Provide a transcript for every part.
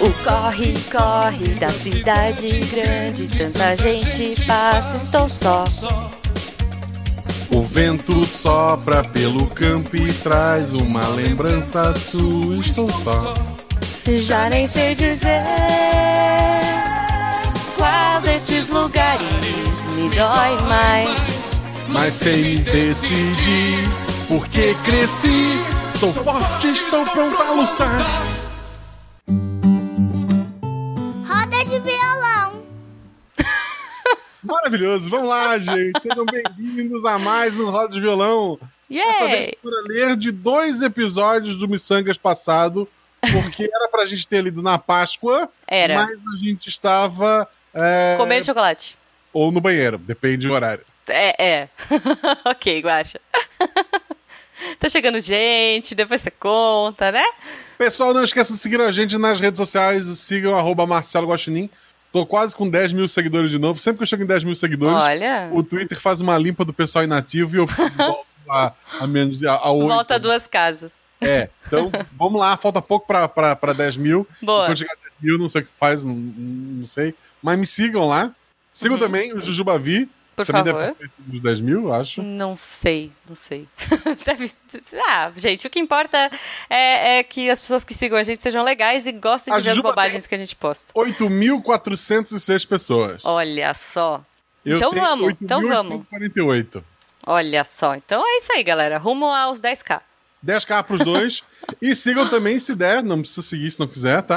O corre, corre da cidade grande, tanta gente passa, estou só. O vento sopra pelo campo e traz uma lembrança sua, estou só. Já nem sei dizer qual destes lugares me dói mais. Mas sei me decidir, porque cresci, sou forte, estou pronto a lutar. Roda de violão. Maravilhoso, vamos lá, gente. Sejam bem-vindos a mais um Roda de Violão. Essa vez Yay! para ler de dois episódios do Missangas passado, porque era pra gente ter lido na Páscoa, Era. mas a gente estava. é, Comendo chocolate. Ou no banheiro, depende do horário. É, é. ok, guacha. tá chegando gente, depois você conta, né? Pessoal, não esqueçam de seguir a gente nas redes sociais. Sigam arroba Marcelo Guaxinim. Tô quase com 10 mil seguidores de novo. Sempre que eu chego em 10 mil seguidores, Olha. o Twitter faz uma limpa do pessoal inativo e eu volto a, a menos de- a, a oito. Volta duas casas. É, então vamos lá. Falta pouco pra, pra, pra 10 mil. Boa. E Quando chegar a 10 mil, não sei o que faz, não, não sei. Mas me sigam lá. Sigam também o Jujubavi. Uhum. Por também favor. deve ter feito uns 10 mil, eu acho. Não sei, não sei. Deve... Ah, gente, o que importa é, é que as pessoas que sigam a gente sejam legais e gostem de A ver as Juba bobagens que a gente posta. 8.406 pessoas. Olha só, Eu então tenho vamos, então vamos. 8.848. olha só. Então é isso aí, galera. Rumo aos 10k. 10k pros dois. e sigam também, se der, não precisa seguir se não quiser, tá?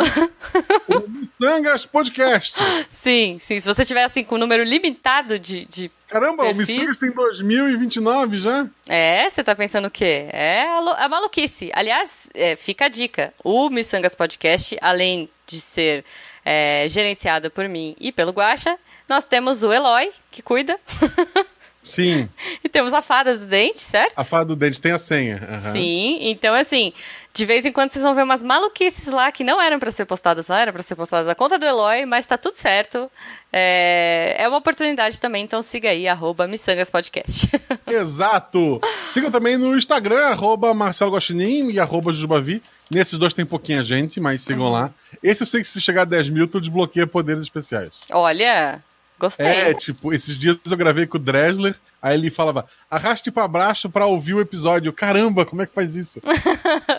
o Missangas Podcast. Sim, sim. Se você tiver assim com um número limitado de. de... Caramba, o Perfis. Missangas tem 2029 já? É, você tá pensando o quê? É a, lo- a maluquice. Aliás, é, fica a dica. O Missangas Podcast, além de ser é, gerenciado por mim e pelo Guaxa, nós temos o Eloy, que cuida. Sim, E temos a fada do dente, certo? a fada do dente tem a senha. Aham. Sim, então assim, de vez em quando vocês vão ver umas maluquices lá que não eram pra ser postadas lá, eram pra ser postadas na conta do Eloy, mas tá tudo certo. É, é uma oportunidade também, então siga aí, arroba Missangas Podcast. Exato! Sigam também no Instagram, arroba Marcelo Guaxinim e arroba Jujubavi. Nesses dois tem pouquinha gente, mas sigam Uhum. lá. Esse eu sei que se chegar a 10 mil, tu desbloqueia poderes especiais. Olha, gostei. É, tipo, esses dias eu gravei com o Dresler, aí ele falava, arraste pra baixo pra ouvir o episódio. Caramba, como é que faz isso?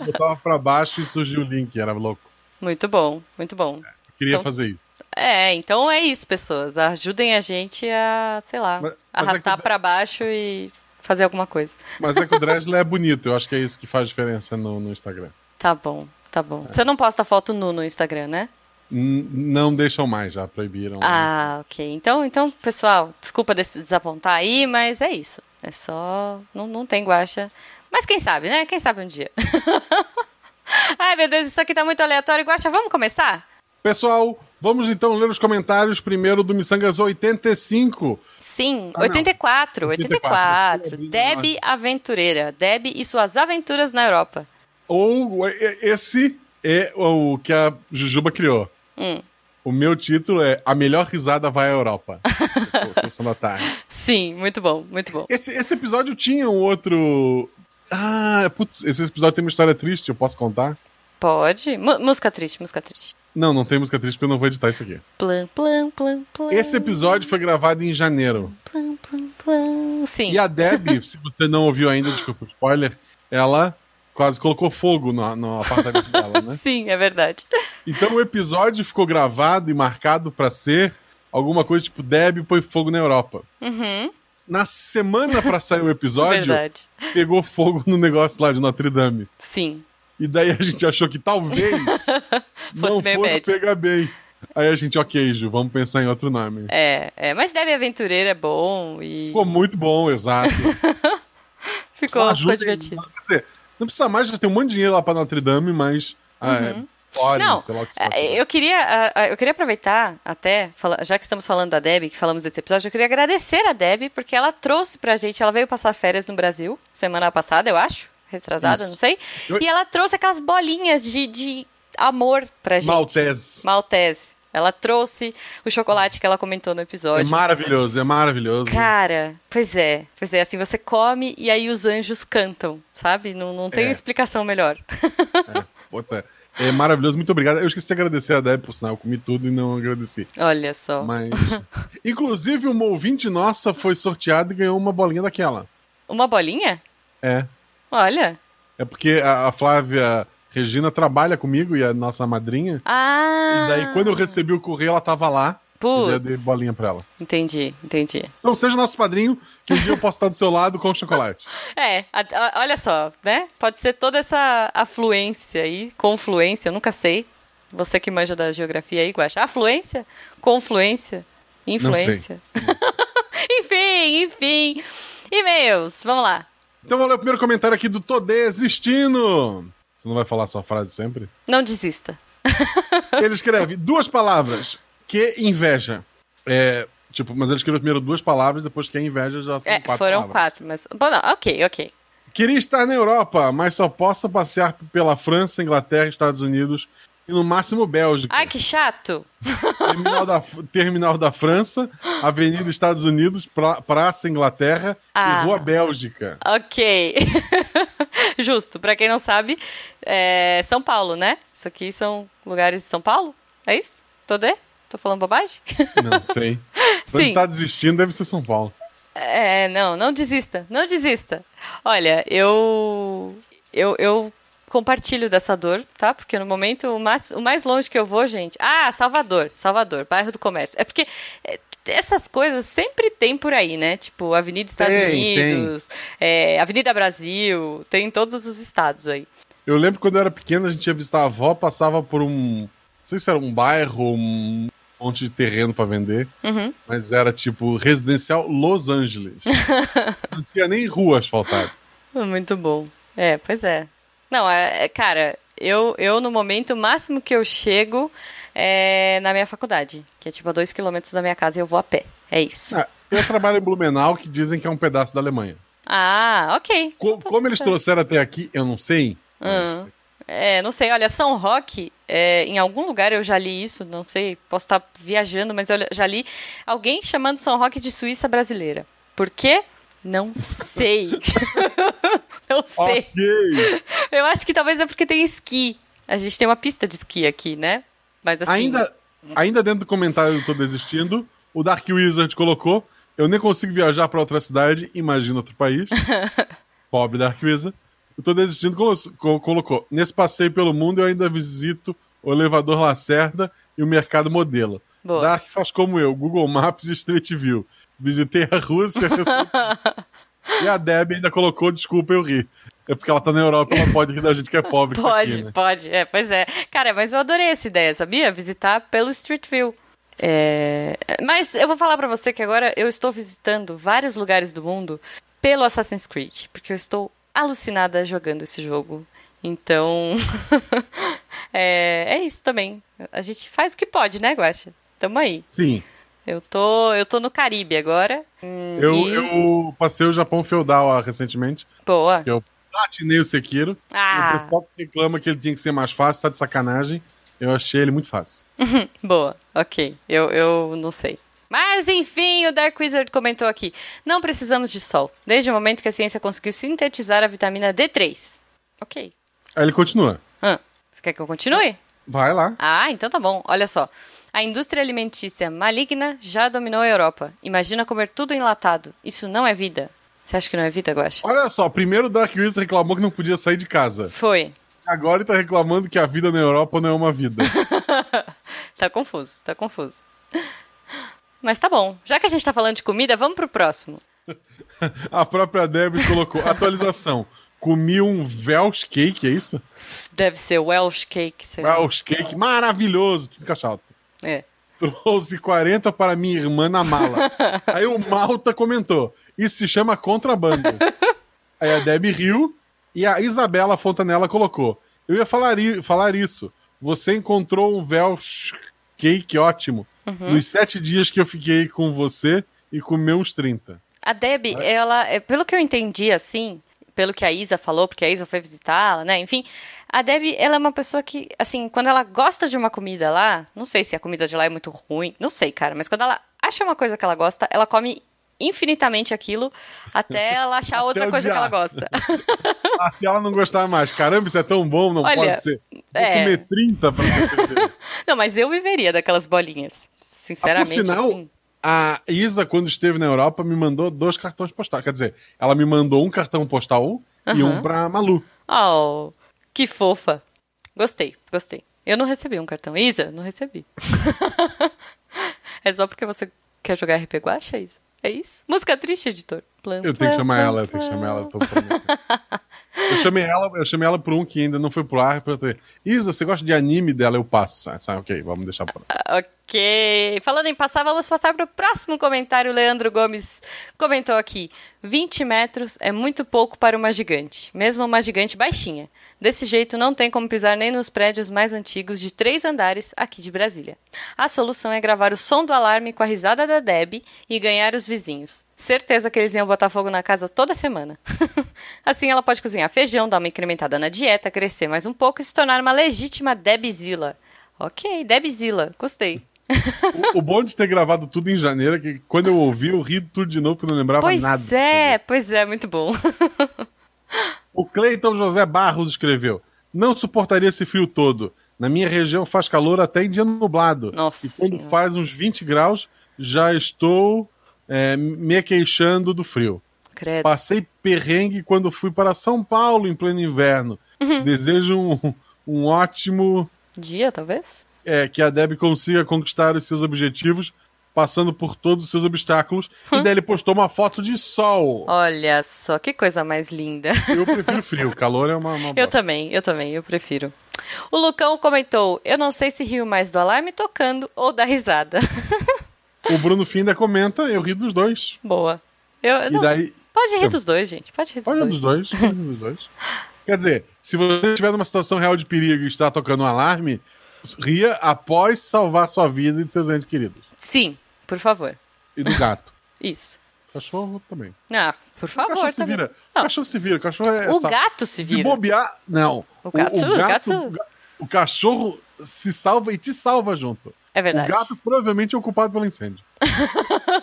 Botava pra baixo e surgiu o link, era louco. Muito bom, muito bom. Eu queria Então- fazer isso. É, então é isso, pessoas. Ajudem a gente a, sei lá, Mas- mas é arrastar que- pra baixo e fazer alguma coisa. Mas é que o Dresler é bonito, eu acho que é isso que faz diferença no, no Instagram. Tá bom, tá bom. Você não posta foto nu no Instagram, né? N- não deixam mais, já proibiram. Ah, ok. Então, então, pessoal, desculpa des- desapontar aí, mas é isso. É só. Não, não tem guacha. Mas quem sabe, né? Quem sabe um dia. Ai, meu Deus, isso aqui tá muito aleatório. Guacha, vamos começar? Pessoal, vamos então ler os comentários primeiro do Missangas 85. Sim, Ah, não. 84, 84. 84. Deb Aventureira. Deb e suas aventuras na Europa. Ou e- esse é o que a Jujuba criou. O meu título é A Melhor Risada Vai à Europa. Sessão da tarde. Sim, muito bom, muito bom. Esse, esse episódio tinha um outro. Ah, putz, esse episódio tem uma história triste, eu posso contar? Pode. Mu- música triste, música triste. Não, não tem música triste porque eu não vou editar isso aqui. Plan, plan, plan, plan. Esse episódio foi gravado em janeiro. Plan, plan, plan. Sim. E a Deb, se você não ouviu ainda, desculpa o spoiler, ela quase colocou fogo no, no apartamento dela, né? Sim, é verdade. Então o episódio ficou gravado e marcado pra ser alguma coisa tipo Deb põe fogo na Europa. Na semana pra sair o episódio, Uhum. verdade. pegou fogo no negócio lá de Notre Dame. Sim. E daí a gente achou que talvez não bem fosse bad. pegar bem. Aí a gente, ok, Ju, vamos pensar em outro nome. É, é, mas Deb Aventureira é bom e Ficou muito bom, exato. ficou, ficou Ajudem- divertido. Quer dizer, não precisa mais, já tem um monte de dinheiro lá pra Notre Dame, mas. ah, é, olhem, Uhum. Não, sei lá o que se é, pode fazer. eu queria, ah, ah, eu queria aproveitar até, fala- já que estamos falando da Deb, que falamos desse episódio, eu queria agradecer a Deb, porque ela trouxe pra gente, ela veio passar férias no Brasil, semana passada, eu acho, retrasada, Isso. não sei, Eu- e ela trouxe aquelas bolinhas de, de amor pra gente. Maltese. É Maltese. Ela trouxe o chocolate que ela comentou no É episódio. maravilhoso, é maravilhoso. Cara, pois é, pois é, assim, você come e aí os anjos cantam, sabe? Não, não tem É. explicação melhor. Puta, É maravilhoso, muito obrigado. Eu esqueci de agradecer a Deb, por sinal, eu comi tudo e não agradeci. Olha só. Mas. Inclusive, uma ouvinte nossa foi sorteada e ganhou uma bolinha daquela. Uma bolinha? É. Olha. É porque a, a Flávia Regina trabalha comigo e é nossa madrinha. E Ah. daí, quando eu recebi o correio, ela tava lá. E eu dei Putz. bolinha pra ela. Entendi, entendi. Então, seja nosso padrinho, que um dia eu posso estar do seu lado com chocolate. É, a- a- olha só, né? Pode ser toda essa afluência aí, confluência, eu nunca sei. Você que manja da geografia aí, Guaxa. Afluência? Confluência? Influência? enfim, enfim. E-mails, vamos lá. Então, vamos ler o primeiro comentário aqui do Tô Desistindo. Você não vai falar sua frase sempre? Não desista. Ele escreve duas palavras. Que inveja. É, tipo, mas ele escreveu primeiro duas palavras, depois que inveja já são É, quatro foram palavras. quatro, mas. Bom, não, ok, ok. Queria estar na Europa, mas só posso passear pela França, Inglaterra, Estados Unidos e no máximo Bélgica. Ai, que chato! Terminal, da, Terminal da França, Avenida Estados Unidos, pra- Praça Inglaterra Ah. e Rua Bélgica. Ok. Justo. Pra quem não sabe, é São Paulo, né? Isso aqui são lugares de São Paulo? É isso? Tô de? Tô falando bobagem? Não sei. Quando Sim. tá desistindo, deve ser São Paulo. É, não, não desista, não desista. Olha, eu, eu, eu compartilho dessa dor, tá? Porque no momento, o mais, o mais longe que eu vou, gente. Ah, Salvador, Salvador, bairro do comércio. É porque é, essas coisas sempre tem por aí, né? Tipo, Avenida Estados Tem, tem. Unidos, é, Avenida Brasil, tem em todos os estados aí. Eu lembro quando eu era pequeno, a gente ia visitar a avó, passava por um. Não sei se era um bairro, um monte de terreno pra vender, Uhum. mas era tipo residencial Los Angeles. Não tinha nem rua asfaltada. Ah, Muito bom. É, pois é. Não, é, é, cara, eu, eu no momento, o máximo que eu chego é na minha faculdade, que é tipo a dois quilômetros da minha casa e eu vou a pé. É isso. Ah, eu trabalho em Blumenau, que dizem que é um pedaço da Alemanha. Ah, ok. Co- Então tá como eles certo. trouxeram até aqui, eu não sei. mas- Ah. É, não sei, olha, São Roque, é, em algum lugar eu já li isso, não sei, posso estar viajando, mas eu já li alguém chamando São Roque de Suíça brasileira. Por quê? Não sei. não sei. Ok. Eu acho que talvez é porque tem esqui. A gente tem uma pista de esqui aqui, né? Mas assim. Ainda, ainda dentro do comentário eu tô desistindo. O Dark Wizard colocou: Eu nem consigo viajar pra outra cidade, imagina outro país. Pobre Dark Wizard. Eu tô desistindo, colo- co- colocou. Nesse passeio pelo mundo, eu ainda visito o elevador Lacerda e o mercado modelo. Boa. Dark faz como eu, Google Maps e Street View. Visitei a Rússia. recebi- e a Deb ainda colocou, desculpa, eu ri. É porque ela tá na Europa, ela pode rir da gente que é pobre. que tá Pode, aqui, né? pode. É, pois é. Cara, mas eu adorei essa ideia, sabia? Visitar pelo Street View. É, Mas eu vou falar pra você que agora eu estou visitando vários lugares do mundo pelo Assassin's Creed, porque eu estou alucinada jogando esse jogo. Então, é, é isso também. A gente faz o que pode, né, Guaxa? Tamo aí. Sim. Eu tô, eu tô no Caribe agora. Hum, Eu, e- eu passei o Japão feudal ah, recentemente, Boa. que eu platinei o Sekiro. Ah. E o pessoal que reclama que ele tinha que ser mais fácil, tá de sacanagem. Eu achei ele muito fácil. Boa, ok. Eu, eu não sei. Mas enfim, o Dark Wizard comentou aqui: não precisamos de sol, desde o momento que a ciência conseguiu sintetizar a vitamina D3. Ok. Aí ele continua. Ah, você quer que eu continue? Vai lá. Ah, então tá bom. Olha só. A indústria alimentícia maligna já dominou a Europa. Imagina comer tudo enlatado. Isso não é vida. Você acha que não é vida, Guache? Olha só, primeiro o Dark Wizard reclamou que não podia sair de casa. Foi. Agora ele tá reclamando que a vida na Europa não é uma vida. Tá confuso, tá confuso. Mas tá bom. Já que a gente tá falando de comida, vamos pro próximo. a própria Debs colocou. Atualização. Comi um Welsh Cake, é isso? Deve ser Welsh cake, sei lá. Welsh Cake, maravilhoso. Tudo cachado. É. Trouxe 40 para minha irmã na mala. Aí o Malta comentou: Isso se chama contrabando. Aí a Deb riu e a Isabela Fontanella colocou: Eu ia falar, i- falar isso. Você encontrou um Welsh cake ótimo. Uhum. Nos sete dias que eu fiquei com você e comeu uns 30. A Deb, ela, é, pelo que eu entendi, assim, pelo que a Isa falou, porque a Isa foi visitá-la, né? Enfim, a Deb, ela é uma pessoa que, assim, quando ela gosta de uma comida lá, não sei se a comida de lá é muito ruim, não sei, cara, mas quando ela acha uma coisa que ela gosta, ela come infinitamente aquilo até ela achar outra coisa que ela odiar. gosta. Ah, Até ela não gostar mais. Caramba, isso é tão bom, não Olha, pode ser. Vou É. comer 30 pra ter certeza. Não, mas eu viveria daquelas bolinhas. Sinceramente, Ah, Por sinal, assim. a Isa, quando esteve na Europa, me mandou dois cartões postais. Quer dizer, ela me mandou um cartão postal e Aham. um pra Malu. Oh, que fofa. Gostei, gostei. Eu não recebi um cartão. Isa, não recebi. é só porque você quer jogar RP Guacha, Isa? É isso? Música triste, editor. Plan, Eu tenho plan, que chamar plan, ela, eu tenho que plan. chamar ela. tô falando. Eu chamei ela, eu chamei ela por um que ainda não foi pro ar. eu perguntei, Isa, você gosta de anime dela? Eu passo. Ah, sabe, ok, vamos deixar por lá. Ah, Ok. Falando em passar, vamos passar para o próximo comentário. O Leandro Gomes comentou aqui: 20 metros é muito pouco para uma gigante, mesmo uma gigante baixinha. Desse jeito, não tem como pisar nem nos prédios mais antigos de três andares aqui de Brasília. A solução é gravar o som do alarme com a risada da Deb e ganhar os vizinhos. Certeza que eles iam botar fogo na casa toda semana. assim ela pode cozinhar feijão, dar uma incrementada na dieta, crescer mais um pouco e se tornar uma legítima Debzilla. Ok, Debzilla, gostei. O, o bom de ter gravado tudo em janeiro é que quando eu ouvi, eu ri tudo de novo, porque eu não lembrava pois nada. é, pois é, muito bom. O Cleiton José Barros escreveu: Não suportaria esse frio todo. Na minha região faz calor até em dia nublado. Nossa e quando Senhora. faz uns 20 graus, já estou é, me queixando do frio. Credo. Passei perrengue quando fui para São Paulo em pleno inverno. Uhum. Desejo um, um ótimo Dia, talvez? é, que a Deb consiga conquistar os seus objetivos, passando por todos os seus obstáculos. Hum? E daí ele postou uma foto de sol. Olha só, que coisa mais linda. Eu prefiro frio, calor é uma. uma Eu bosta. também, eu também, eu prefiro. O Lucão comentou: Eu não sei se rio mais do alarme tocando ou da risada. O Bruno Finda comenta, eu ri dos dois. Boa. Eu, não, e daí. Pode rir Eu- dos dois, gente. Pode rir dos Olha dois. dos dois, olha dos dois. Quer dizer, se você estiver numa situação real de perigo e está tocando um alarme, ria após salvar sua vida e de seus entes queridos. Sim, por favor. E do gato. Isso. Cachorro também. Ah, por O favor. cachorro se também. vira. O Não, cachorro se vira. O cachorro é. o sa- gato se Se vira. bobear, não. O gato- o gato- o ga- o cachorro se salva e te salva junto. É verdade. O gato provavelmente é o culpado pelo incêndio.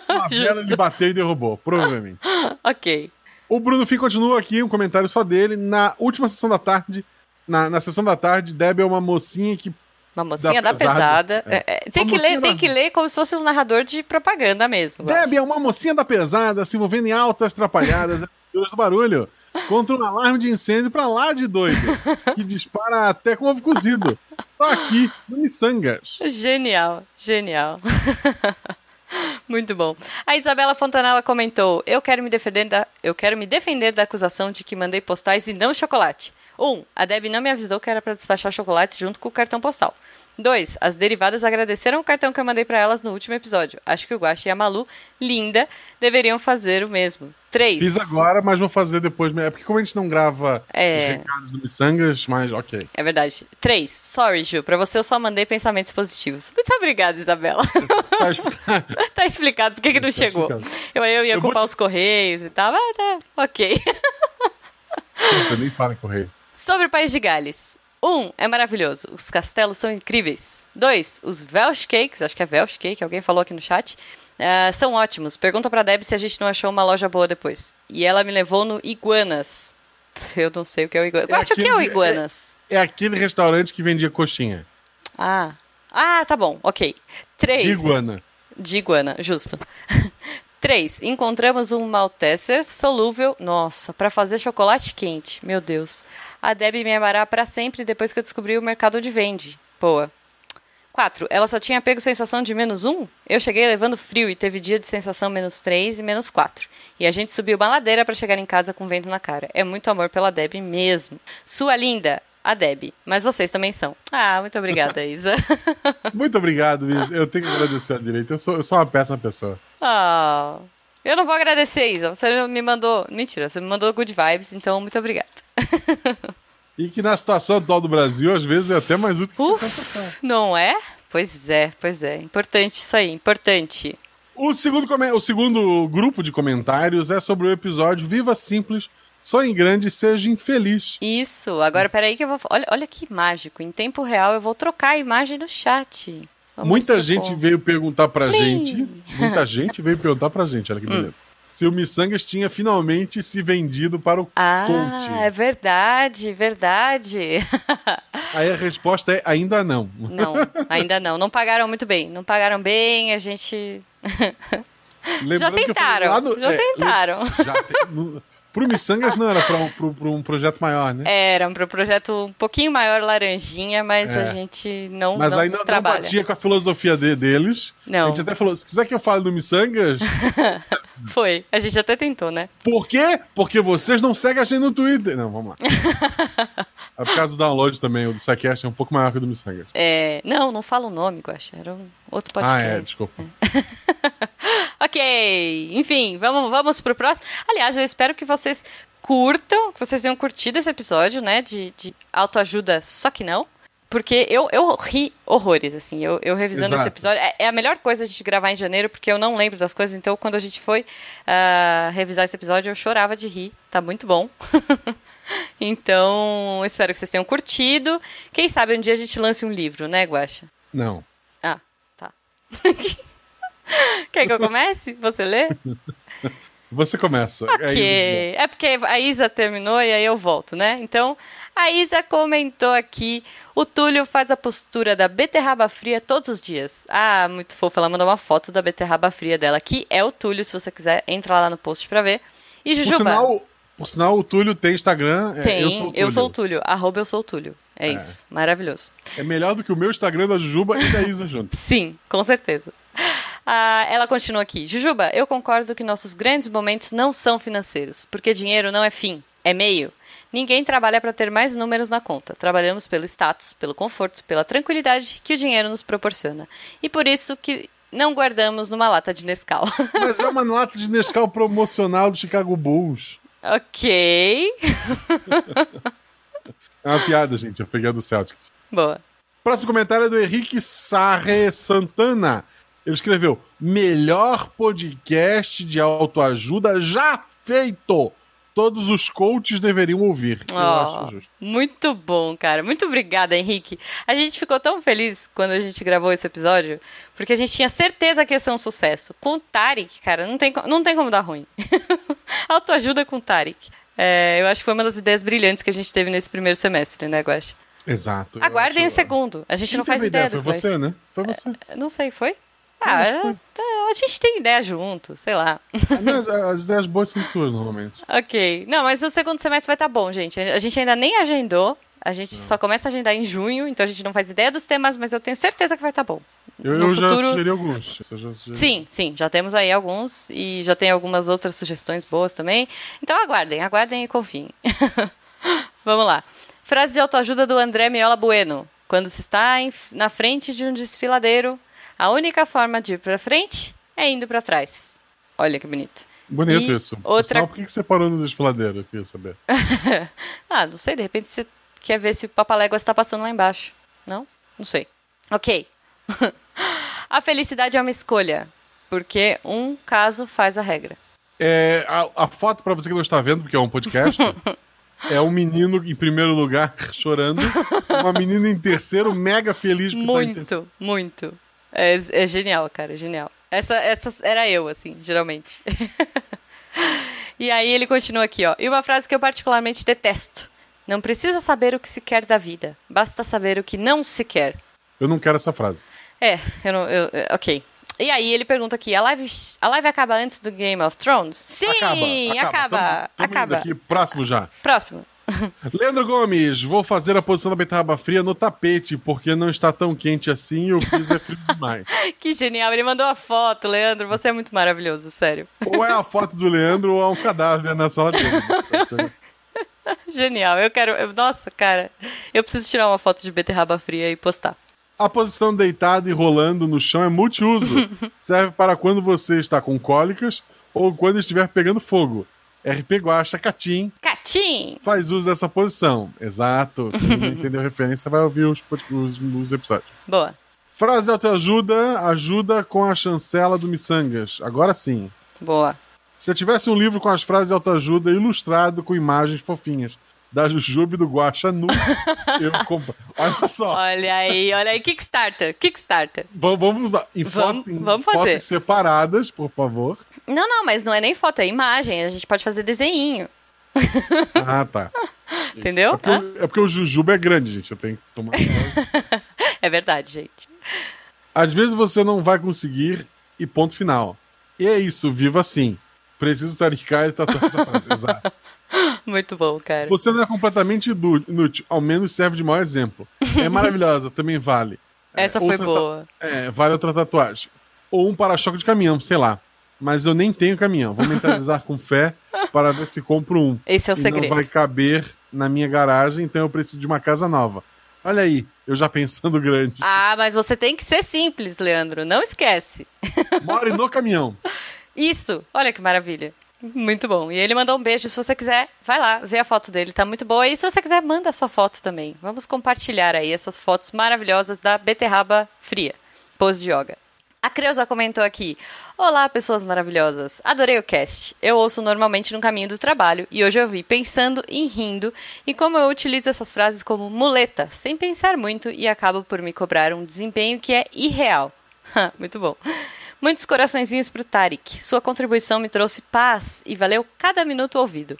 Uma vela Justo. ele bateu e derrubou, provavelmente. Ok. O Bruno Fim continua aqui, um comentário só dele. Na última sessão da tarde, na, na sessão da tarde, Deb é uma mocinha que. Uma mocinha da, Da pesada. pesada. É, é, tem, Uma que ler, mocinha tem da- que ler como se fosse um narrador de propaganda mesmo. eu acho. Deb é uma mocinha da pesada, se envolvendo em altas atrapalhadas, aventuras do barulho, contra um alarme de incêndio pra lá de doido, que dispara até com ovo cozido. Só aqui, no Missangas. Genial, genial. Muito bom. A Isabela Fontanella comentou: Eu quero me defender da, eu quero me defender da acusação de que mandei postais e não chocolate. Um, a Deb não me avisou que era para despachar chocolate junto com o cartão postal. Dois, As derivadas agradeceram o cartão que eu mandei para elas no último episódio. Acho que o Guaxa e a Malu, linda, deveriam fazer o mesmo. Três. Fiz agora, mas vou fazer depois. É porque como a gente não grava É. os recados do Missangas, mas ok. É verdade. Três. Sorry, Ju. Pra você eu só mandei pensamentos positivos. Muito obrigada, Isabela. Tá, tá, tá explicado por que, que não chegou. explicado. Eu, eu ia Eu vou culpar os correios e tal, mas tá. Ok. eu nem para correr. Sobre o País de Gales. Um, é maravilhoso. Os castelos são incríveis. Dois, os Welsh Cakes, acho que é Welsh Cake, alguém falou aqui no chat, ah, são ótimos. Pergunta pra Deb se a gente não achou uma loja boa depois. E ela me levou no Iguanas. Eu não sei o que é o Iguanas. É Eu acho que é o aquele- Iguanas. É aquele restaurante que vendia coxinha. Ah. Ah, tá bom. Ok. Três. De iguana. De iguana, justo. 3. Encontramos um Malteser solúvel, nossa, para fazer chocolate quente. Meu Deus. A Debbie me amará para sempre depois que eu descobri o mercado onde vende. Boa. 4. Ela só tinha pego sensação de menos 1? Eu cheguei levando frio e teve dia de sensação menos 3 e menos 4. E a gente subiu uma ladeira para chegar em casa com vento na cara. É muito amor pela Debbie mesmo. Sua linda, a Debbie. Mas vocês também são. Ah, muito obrigada, Isa. Muito obrigado, Luiz. Eu tenho que agradecer a direita. Eu sou, eu sou uma péssima pessoa. Ah, eu não vou agradecer, Isa. Você me mandou. Mentira, você me mandou good vibes, então muito obrigada. E que na situação atual do Brasil, às vezes é até mais útil. que- Uf, não é? Pois é, pois é. Importante isso aí, importante. O segundo, come- o segundo grupo de comentários é sobre o episódio Viva Simples, sonhe grande, seja infeliz. Isso, agora peraí que eu vou. Olha, olha que mágico. Em tempo real eu vou trocar a imagem no chat. Vamos Muita ver gente como. veio perguntar pra Plim. gente. Muita gente veio perguntar pra gente, Hum. olha que beleza. Se o Missangas tinha finalmente se vendido para o Ah, coach. é verdade, verdade. Aí a resposta é ainda não. Não, ainda não. Não pagaram muito bem. Não pagaram bem, a gente. Lembrando que eu falei tentaram, lá do- já é, le- tentaram. já te- no- Pro Missangas não era pra um, pro- pro um projeto maior, né? Era um pro- projeto um pouquinho maior, laranjinha, mas É. a gente não, Mas não ainda não trabalha. batia com a filosofia de- deles. Não. A gente até falou, se quiser que eu fale do Missangas, Foi. A gente até tentou, né? por quê? Porque vocês não seguem a gente no Twitter. Não, vamos lá. é por causa do download também, o do Saquest é um pouco maior que o do Missangas. É, Não, não fala o nome, Guaxa. Era um outro Ah, podcast. é, desculpa. ok, enfim, vamos, vamos pro próximo. Aliás, eu espero que vocês curtam, que vocês tenham curtido esse episódio, né, de, de autoajuda, só que não. Porque eu, eu ri horrores, assim, eu, eu revisando Exato. esse episódio. É, é a melhor coisa a gente gravar em janeiro, porque eu não lembro das coisas, então quando a gente foi ah, revisar esse episódio, eu chorava de rir. Tá muito bom. então, espero que vocês tenham curtido. Quem sabe um dia a gente lance um livro, né, Guaxa? Não. Ah, tá. Quer que eu comece? Você lê? Você começa. É isso, né? Ok. É porque a Isa terminou e aí eu volto, né? Então, a Isa comentou aqui: o Túlio faz a postura da beterraba fria todos os dias. Ah, muito fofa. Ela mandou uma foto da beterraba fria dela, que é o Túlio. Se você quiser, entra lá no post pra ver. E Por Jujuba. sinal, por sinal, o Túlio tem Instagram. é, tem, eu sou o Túlio. Túlio. Arroba eu sou o Túlio. É, isso. Maravilhoso. É melhor do que o meu Instagram da Jujuba e da Isa junto. Sim, com certeza. Ah, ela continua aqui. Jujuba, eu concordo que nossos grandes momentos não são financeiros, porque dinheiro não é fim, é meio. Ninguém trabalha para ter mais números na conta. Trabalhamos pelo status, pelo conforto, pela tranquilidade que o dinheiro nos proporciona. E por isso que não guardamos numa lata de Nescau. Mas é uma lata de Nescau promocional do Chicago Bulls. ok. É uma piada, gente. Eu peguei a do Celtic. Boa. Próximo comentário é do Henrique Sarre Santana. Ele escreveu: Melhor podcast de autoajuda já feito. Todos os coaches deveriam ouvir. Eu Ó, acho justo. Muito bom, cara. Muito obrigada, Henrique. A gente ficou tão feliz quando a gente gravou esse episódio, porque a gente tinha certeza que ia ser um sucesso. Com o Tarek, cara, não tem, co- não tem como dar ruim. Autoajuda com o Tarek. É, eu acho que foi uma das ideias brilhantes que a gente teve nesse primeiro semestre, né, Guax? Exato. eu Aguardem acho- o segundo. A gente Quem não faz teve ideia, É. Foi do que vai você, né? Foi você. ser. Não sei, foi? Ah, acho que foi. é, a gente tem ideia junto, sei lá. Não, as, as ideias boas são suas, normalmente. Ok. Não, mas o segundo semestre vai estar bom, gente. A gente ainda nem agendou. A gente só começa a agendar em junho, então a gente não faz ideia dos temas, mas eu tenho certeza que vai estar bom. Eu, No eu já futuro- sugeri alguns. Eu já sugeri. Sim, sim, já temos aí alguns e já tem algumas outras sugestões boas também. Então aguardem, aguardem e confiem. Vamos lá. Frase de autoajuda do André Miola Bueno. Quando se está em- na frente de um desfiladeiro, a única forma de ir para frente é indo para trás. Olha que bonito. Bonito E isso. Por outra- sinal, por que que você parou no desfiladeiro? Eu queria saber. ah, não sei, de repente você quer ver se o Papaléguas está passando lá embaixo. Não? Não sei. Ok. a felicidade é uma escolha, porque um caso faz a regra. É, a, a foto, pra você que não está vendo, porque é um podcast, é um menino em primeiro lugar chorando, uma menina em terceiro, mega feliz porque tá em terceiro. Muito, muito. É, é genial, cara, é genial. Essa, essa era eu, assim, geralmente. e aí ele continua aqui, ó. E uma frase que eu particularmente detesto. Não precisa saber o que se quer da vida. Basta saber o que não se quer. Eu não quero essa frase. É, eu não. eu- é, ok. E aí ele pergunta aqui: a live, a live acaba antes do Game of Thrones? Sim, acaba. Acaba. Tamo- tamo indo aqui, próximo já. Próximo. Leandro Gomes, vou fazer a posição da beterraba fria no tapete, porque não está tão quente assim e o piso é frio demais. Que genial. Ele mandou a foto, Leandro. Você é muito maravilhoso, sério. ou é a foto do Leandro ou é um cadáver na sala dele. Genial. Eu quero. eu- nossa, cara. Eu preciso tirar uma foto de beterraba fria e postar. A posição deitada e rolando no chão é multiuso. Serve para quando você está com cólicas ou quando estiver pegando fogo. RP Guacha Catim Catim! faz uso dessa posição. Exato. Quem não entendeu a referência vai ouvir os, pod- os- os episódios. Boa. Frase de autoajuda ajuda com a chancela do Missangas. Agora sim. Boa. Se eu tivesse um livro com as frases de autoajuda ilustrado com imagens fofinhas da Jujube e do Guacha nu, eu compro. Olha só. Olha aí, olha aí. Kickstarter. Kickstarter. Vamos, vamos lá. Em, Vamos- foto- em vamos fotos fazer. separadas, por favor. Não, não, mas não é nem foto, é imagem. A gente pode fazer desenho. Ah, tá. Entendeu? É porque, o- é porque o Jujuba é grande, gente. Eu tenho que tomar. cuidado. É verdade, gente. Às vezes você não vai conseguir e ponto final. E é isso, viva assim. Preciso taricar e tatuar essa frase. Exato. Muito bom, cara. Você não é completamente idu- inútil, ao menos serve de mau exemplo. É maravilhosa, também vale. É, Essa foi outra ta- boa. É, vale outra tatuagem. Ou um para-choque de caminhão, sei lá. Mas eu nem tenho caminhão. Vou mentalizar com fé para ver se compro um. Esse é o e segredo. não vai caber na minha garagem, então eu preciso de uma casa nova. Olha aí, eu já pensando grande. Ah, mas você tem que ser simples, Leandro. Não esquece. More no caminhão. Isso. Olha que maravilha. Muito bom. E ele mandou um beijo. Se você quiser, vai lá ver a foto dele. Tá muito boa. E se você quiser, manda a sua foto também. Vamos compartilhar aí essas fotos maravilhosas da beterraba fria. Pose de yoga. A Creuza comentou aqui: Olá, pessoas maravilhosas. Adorei o cast. Eu ouço normalmente no caminho do trabalho e hoje eu vi pensando e rindo e como eu utilizo essas frases como muleta, sem pensar muito e acabo por me cobrar um desempenho que é irreal. muito bom. Muitos coraçõezinhos pro Tarik. Sua contribuição me trouxe paz e valeu cada minuto ouvido.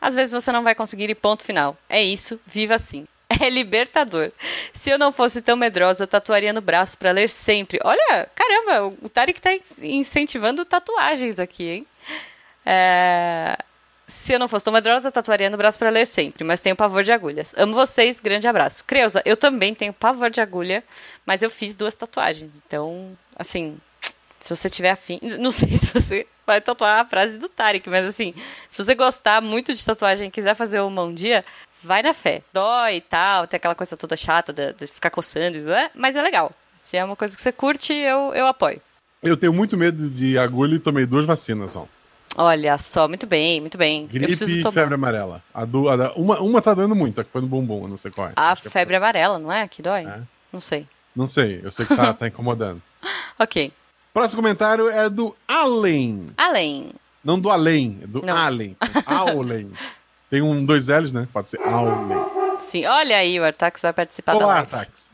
Às vezes você não vai conseguir e ponto final. É isso, viva assim. É libertador. Se eu não fosse tão medrosa, tatuaria no braço pra ler sempre. Olha, caramba, o Tarek tá in- incentivando tatuagens aqui, hein? É, Se eu não fosse tão medrosa, tatuaria no braço pra ler sempre, mas tenho pavor de agulhas. Amo vocês, grande abraço. Creuza, eu também tenho pavor de agulha, mas eu fiz duas tatuagens. Então, assim, se você tiver afim. Não sei se você vai tatuar a frase do Tarek, mas assim, se você gostar muito de tatuagem e quiser fazer uma um dia, vai na fé. Dói e tal, tem aquela coisa toda chata de, de ficar coçando, blá, mas é legal. Se é uma coisa que você curte, eu, eu apoio. Eu tenho muito medo de agulha e tomei duas vacinas, ó. Olha só, muito bem, muito bem. eu Gripe preciso e tomar. febre amarela. A do- a da- uma, uma tá doendo muito, a que foi no bumbum, eu não sei qual é. A Acho que é- febre amarela, não é? Que dói? É. Não sei. Não sei, eu sei que tá, tá incomodando. Ok. Próximo comentário é do Allen. Além. Não do além, é do Não. Allen. Allen. Tem um, dois L's, né? Pode ser Allen. Sim, olha aí, o Artax vai participar da Olá, live. Tax.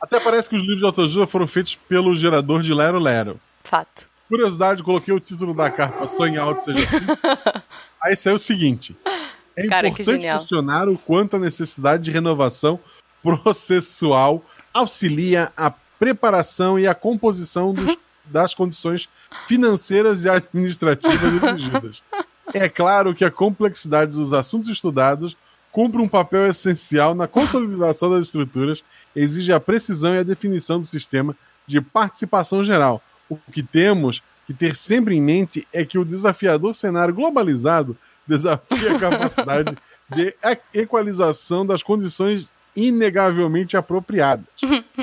Até parece que os livros de autoajuda foram feitos pelo gerador de Lero Lero. Fato. Curiosidade, coloquei o título da carpa só em alto, seja assim. Aí saiu o seguinte. É Cara, que importante genial. questionar o quanto a necessidade de renovação processual auxilia a preparação e a composição dos- das condições financeiras e administrativas exigidas. É claro que a complexidade dos assuntos estudados cumpre um papel essencial na consolidação das estruturas, exige a precisão e a definição do sistema de participação geral. O que temos que ter sempre em mente é que o desafiador cenário globalizado desafia a capacidade de e- equalização das condições inegavelmente apropriadas.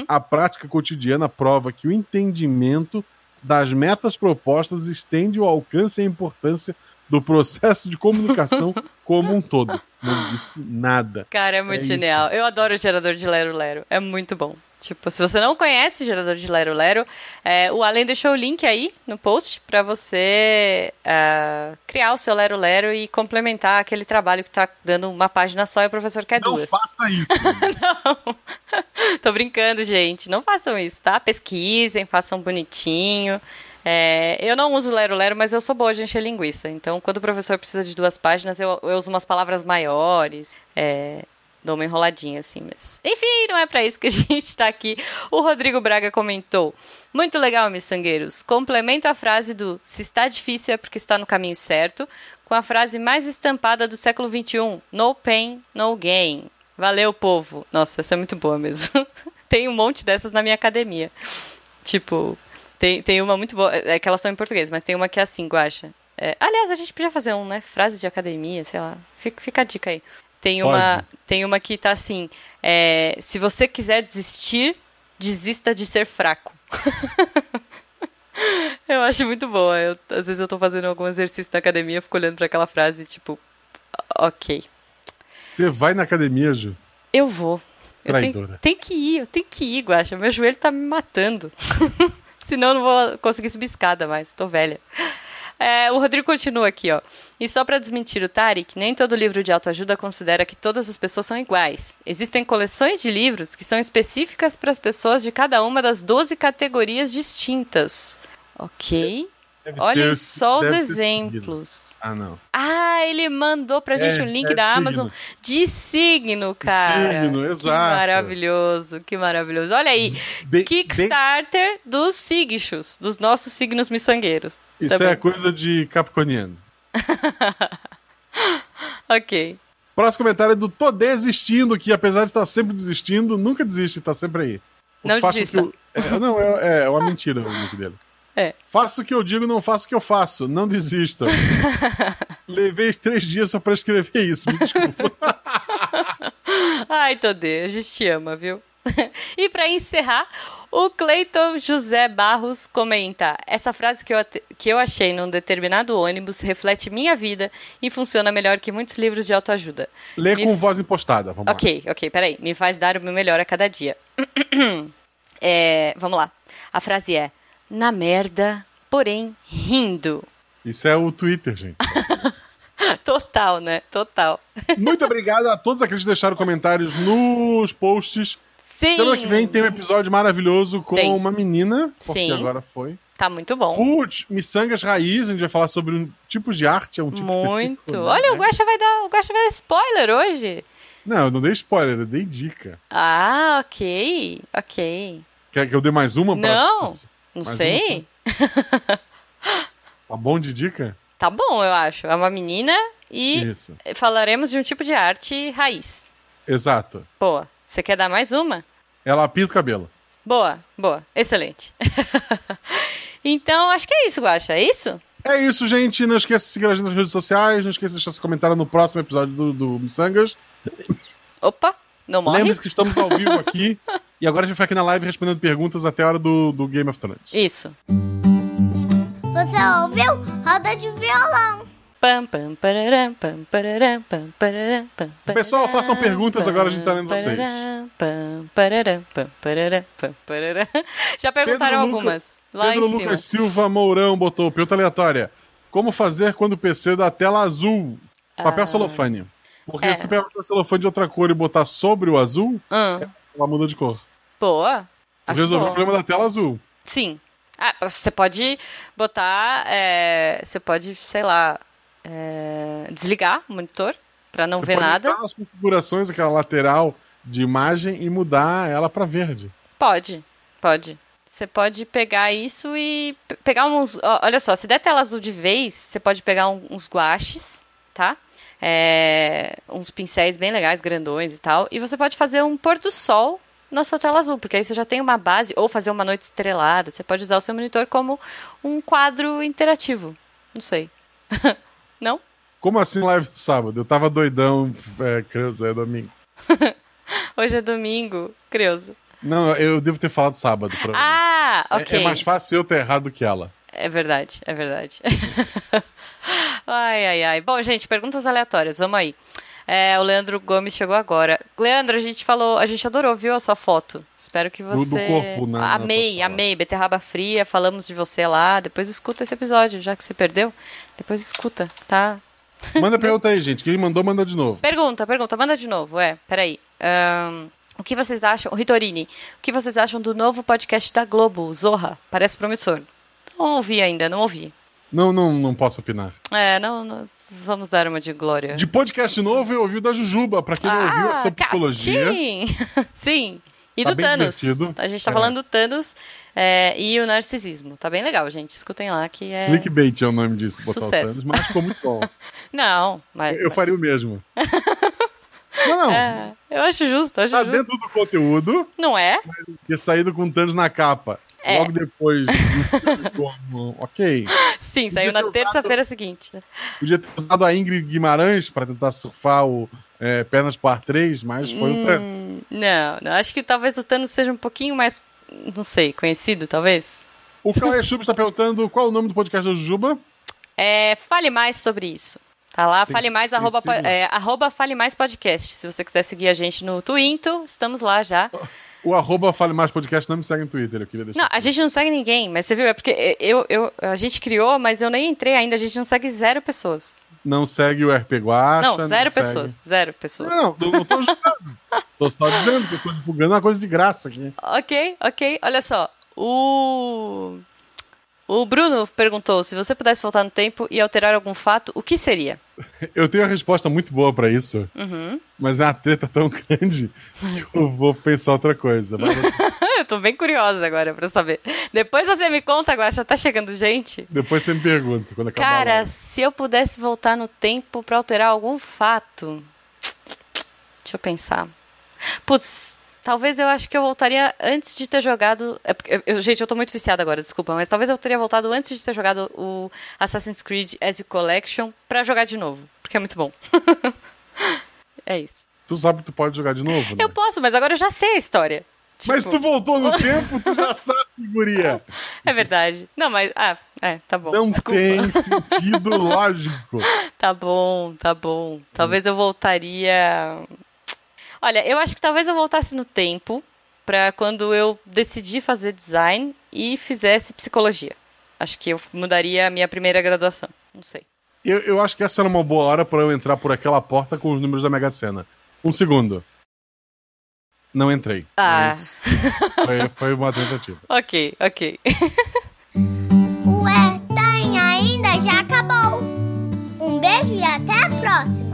A prática cotidiana prova que o entendimento das metas propostas estende o alcance e a importância do processo de comunicação como um todo. Não disse nada. Cara, é muito É genial. Eu adoro o gerador de Lero Lero. É muito bom. Tipo, se você não conhece o gerador de Lero Lero, é, o Além deixou o link aí no post pra você ah, criar o seu Lero Lero e complementar aquele trabalho que tá dando uma página só e o professor quer Não duas. faça isso. Não. Tô brincando, gente. Não façam isso, tá? Pesquisem, façam bonitinho. É, eu não uso Lero Lero, mas eu sou boa de encher linguiça. Então, quando o professor precisa de duas páginas, eu, eu uso umas palavras maiores. é, dou uma enroladinha, assim, mas... Enfim, não é pra isso que a gente tá aqui. O Rodrigo Braga comentou. Muito legal, miçangueiros. Complemento a frase do se está difícil é porque está no caminho certo com a frase mais estampada do século XXI. No pain, no gain. Valeu, povo. Nossa, essa é muito boa mesmo. tem um monte dessas na minha academia. Tipo, tem, tem uma muito boa. É que elas são em português, mas tem uma que é assim, guacha. É, aliás, a gente podia fazer um, né? Frases de academia, sei lá. Fica, fica a dica aí. Tem Pode. uma, tem uma que tá assim: é, se você quiser desistir, desista de ser fraco. Eu acho muito boa. Eu- às vezes eu tô fazendo algum exercício na academia, eu fico olhando pra aquela frase, tipo, ok. Você vai na academia, Ju? Eu vou. Eu tenho, Traidora. tenho que ir, eu tenho que ir, Guaxa. Meu joelho tá me matando. Senão eu não vou conseguir subir escada mais, tô velha. É, o Rodrigo continua aqui, ó. E só pra desmentir o Tarek, nem todo livro de autoajuda considera que todas as pessoas são iguais. Existem coleções de livros que são específicas para as pessoas de cada uma das 12 categorias distintas. Ok. Deve Olhem ser- só os deve ser signo. exemplos. Ah, não. Ah, ele mandou pra gente É, um link é da signo. Amazon de signo, cara. signo, exato. Que maravilhoso, que maravilhoso. Olha aí, Bem- Kickstarter dos sigchos, dos nossos signos miçangueiros. Tá Isso Também. é coisa de capricorniano. é. Ok. Próximo comentário é do Tô Desistindo, que apesar de estar sempre desistindo, nunca desiste, tá sempre aí. O Não que faço desista. que eu- é, não, é, é uma mentira o nick dele. É. Faço o que eu digo, não faço o que eu faço. Não desista. Levei três dias só pra escrever isso, me desculpa. Ai, Todê, a gente te ama, viu? e pra encerrar, o Cleiton José Barros comenta: Essa frase que eu, at- que eu achei num determinado ônibus reflete minha vida e funciona melhor que muitos livros de autoajuda. Lê Me com voz impostada, vamos lá. Ok, ok, peraí. Me faz dar o meu melhor a cada dia. É, vamos lá. A frase é: na merda, porém rindo. Isso é o Twitter, gente. Total, né? Total. Muito obrigado a todos aqueles que deixaram comentários nos posts. Sim. Semana que vem tem um episódio maravilhoso com Tem. uma menina, porque Sim. agora foi. Tá muito bom. Putz, miçangas raiz, a gente vai falar sobre um tipos de arte, é um tipo específico, Muito. né? Olha, o Guaxa vai dar, o Guaxa vai dar spoiler hoje. Não, eu não dei spoiler, eu dei dica. Ah, ok, ok. Quer que eu dê mais uma? pra- Não, não Mais uma sei. Tá bom de dica? Tá bom, eu acho. É uma menina e Isso. falaremos de um tipo de arte raiz. Exato. Boa. Você quer dar mais uma? Ela pinta o cabelo. Boa, boa, excelente. então, acho que é isso, Guaxa. É isso? É isso, gente. Não esqueça de seguir a gente nas redes sociais. Não esqueça de deixar seu comentário no próximo episódio do, do Missangas. Opa, não morre? Lembre-se que estamos ao vivo aqui. e agora a gente vai ficar aqui na live respondendo perguntas até a hora do, do Game of Thrones. Isso. Você ouviu? Roda de violão. Pam, pam, pararam, pam, pararam, pam, pararam, pam, pararam, Pessoal, façam perguntas, agora a gente tá lendo vocês. pararam, Pam, pararam, pam, pararam, pam, pararam. Já perguntaram Pedro Luca- algumas lá Pedro em cima. Lucas Silva Mourão botou pergunta aleatória. Como fazer quando o PC dá tela azul? Papel celofane. Porque Ah. É. se tu pegar papel celofane de outra cor e botar sobre o azul, Hum, ela muda de cor. boa. Tu Acho resolveu o boa. problema da tela azul. Sim. Ah, você pode botar. é, você pode, sei lá, é, desligar o monitor pra não Você ver pode nada. mudar as configurações, aquela lateral de imagem e mudar ela pra verde. Pode, pode. Você pode pegar isso e pe- pegar uns. ó, Olha só, se der tela azul de vez, você pode pegar um- uns guaches, tá? É, uns pincéis bem legais, grandões e tal. E você pode fazer um pôr do sol na sua tela azul, porque aí você já tem uma base, ou fazer uma noite estrelada. Você pode usar o seu monitor como um quadro interativo. Não sei. Não? Como assim live no sábado? Eu tava doidão, é, Creuza, é domingo. Hoje é domingo, Creuza. Não, eu devo ter falado sábado. provavelmente. Ah, É- ok. é, mais fácil eu estar errado que ela. É verdade, é verdade. ai, ai, ai. Bom, gente, perguntas aleatórias, vamos aí. É, o Leandro Gomes chegou agora. Leandro, a gente falou, a gente adorou, viu, a sua foto. Espero que do você. corpo, né, na tua amei, sala. amei. Beterraba Fria, falamos de você lá. Depois escuta esse episódio, já que você perdeu. Depois escuta, tá? Manda pergunta aí, gente. Quem mandou, manda de novo. Pergunta, pergunta, manda de novo, é, peraí. Ahn, o que vocês acham, o Ritorini, o que vocês acham do novo podcast da Globo, Zorra? Parece promissor. Não ouvi ainda, não ouvi. Não, não, não posso opinar. É, não, não- vamos dar uma de glória. De podcast novo, eu ouvi o da Jujuba. Pra quem não Ah, ouviu, é sobre ca- psicologia. Sim, sim. E Tá do bem Thanos. divertido. A gente tá É. falando do Thanos é, e o narcisismo. Tá bem legal, gente. Escutem lá que é. Clickbait é o nome disso. botar o Sucesso. Thanos, mas ficou muito bom. Não, mas. Eu faria o mesmo. Não, não. É, eu acho justo, eu acho Tá justo. dentro do conteúdo, Não é? ter saído com o Thanos na capa. É. Logo depois. como, ok. Sim, saiu ter na usado- terça-feira seguinte. Podia ter usado a Ingrid Guimarães pra tentar surfar o é, Pernas Par 3, mas foi Hum. o Thanos. Não, não, acho que talvez o Thanos seja um pouquinho mais, não sei, conhecido, talvez. O Cauê Chubb está perguntando qual é o nome do podcast da Jujuba. É, fale mais sobre isso. Tá lá, Tem- fale mais, tem arroba, po- sigla? é, arroba fale mais podcast. Se você quiser seguir a gente no Twinto, estamos lá já. O arroba Fale Mais Podcast não me segue no Twitter, eu queria deixar. Não, a gente não segue ninguém, mas você viu, é porque eu, eu, a gente criou, mas eu nem entrei ainda, a gente não segue zero pessoas. Não segue o RP Guacha. não, zero segue- pessoas, zero pessoas. Não, não, eu não tô julgando. tô só dizendo que eu tô Ah. divulgando uma coisa de graça aqui. Ok, ok, olha só. O. O Bruno perguntou: se você pudesse voltar no tempo e alterar algum fato, o que seria? Eu tenho uma resposta muito boa pra isso, Uhum. mas é uma treta tão grande que eu vou pensar outra coisa. Mas você- Eu tô bem curiosa agora pra saber. Depois você me conta, Guaxa, tá chegando gente? depois você me pergunta quando acabar. a Cara, live. se eu pudesse voltar no tempo pra alterar algum fato. Deixa eu pensar. Putz, talvez eu acho que eu voltaria antes de ter jogado. é porque- eu- gente, eu tô muito viciada agora, desculpa, mas talvez eu teria voltado antes de ter jogado o Assassin's Creed Ezio Collection pra jogar de novo, porque é muito bom. é isso. Tu sabe que tu pode jogar de novo, né? Eu posso, mas agora eu já sei a história. Mas Tipo, tu voltou no tempo, tu já sabe, guria. É verdade. Não, mas. Ah, é, tá bom. Não desculpa. tem sentido lógico. Tá bom, tá bom. Talvez eu voltaria. Olha, eu acho que talvez eu voltasse no tempo pra quando eu decidi fazer design e fizesse psicologia. Acho que eu mudaria a minha primeira graduação. Não sei. Eu, eu acho que essa era uma boa hora pra eu entrar por aquela porta com os números da Mega Sena. Um segundo. Não entrei. Ah. Mas É Foi, foi uma tentativa. Ok, ok. tá Ué, tem ainda? Já acabou. Um beijo e até a próxima.